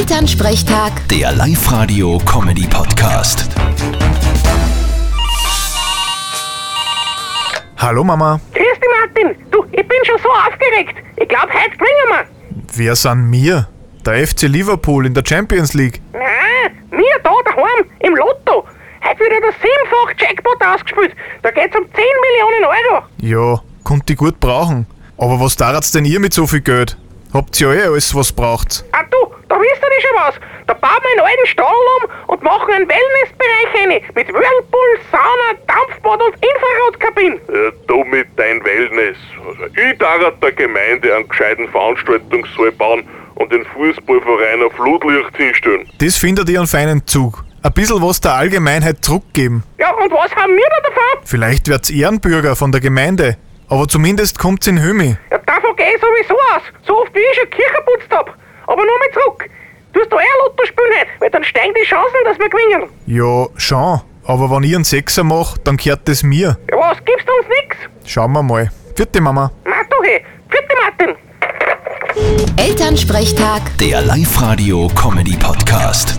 Elternsprechtag, Der Live-Radio-Comedy-Podcast. Hallo Mama, Grüß dich, Martin. Du, ich bin schon so aufgeregt. Ich glaube, heute bringen wir. wer sind wir? Der FC Liverpool in der Champions League. Nein, wir da daheim im Lotto. Heute wird ja der siebenfach Jackpot ausgespielt. Da geht's um 10 Millionen Euro. Ja, konnte ich gut brauchen. Aber was darat's denn ihr mit so viel Geld? Habt ihr ja eh alles, was braucht. Ah du, da wisst ihr schon was. Da bauen wir einen alten Stall um und machen einen Wellnessbereich rein. Mit Whirlpool, Sauna, Dampfbad und Infrarotkabinen. Äh, du mit dein Wellness. Also, ich darf der Gemeinde einen gescheiten Veranstaltungssaal bauen und den Fußballverein auf Flutlicht hinstellen. Das findet ihr einen feinen Zug. Ein bisschen was der Allgemeinheit Druck geben. Ja, und was haben wir da davon? Vielleicht wird's Ehrenbürger von der Gemeinde. Aber zumindest kommt's in Hümi. Ja, davon geh ich sowieso aus. So oft wie ich schon die Kirche putzt hab. Aber nur mal zurück. Du hast da eher Lotto spielen heute, weil dann steigen die Chancen, dass wir gewinnen. Ja, schon. Aber wenn ich einen Sechser mach, dann gehört das mir. Ja, was, gibst du uns nix? Schauen wir mal. Vierte Mama. Matto, hey. Vierte Martin. Elternsprechtag. Der Live-Radio-Comedy-Podcast.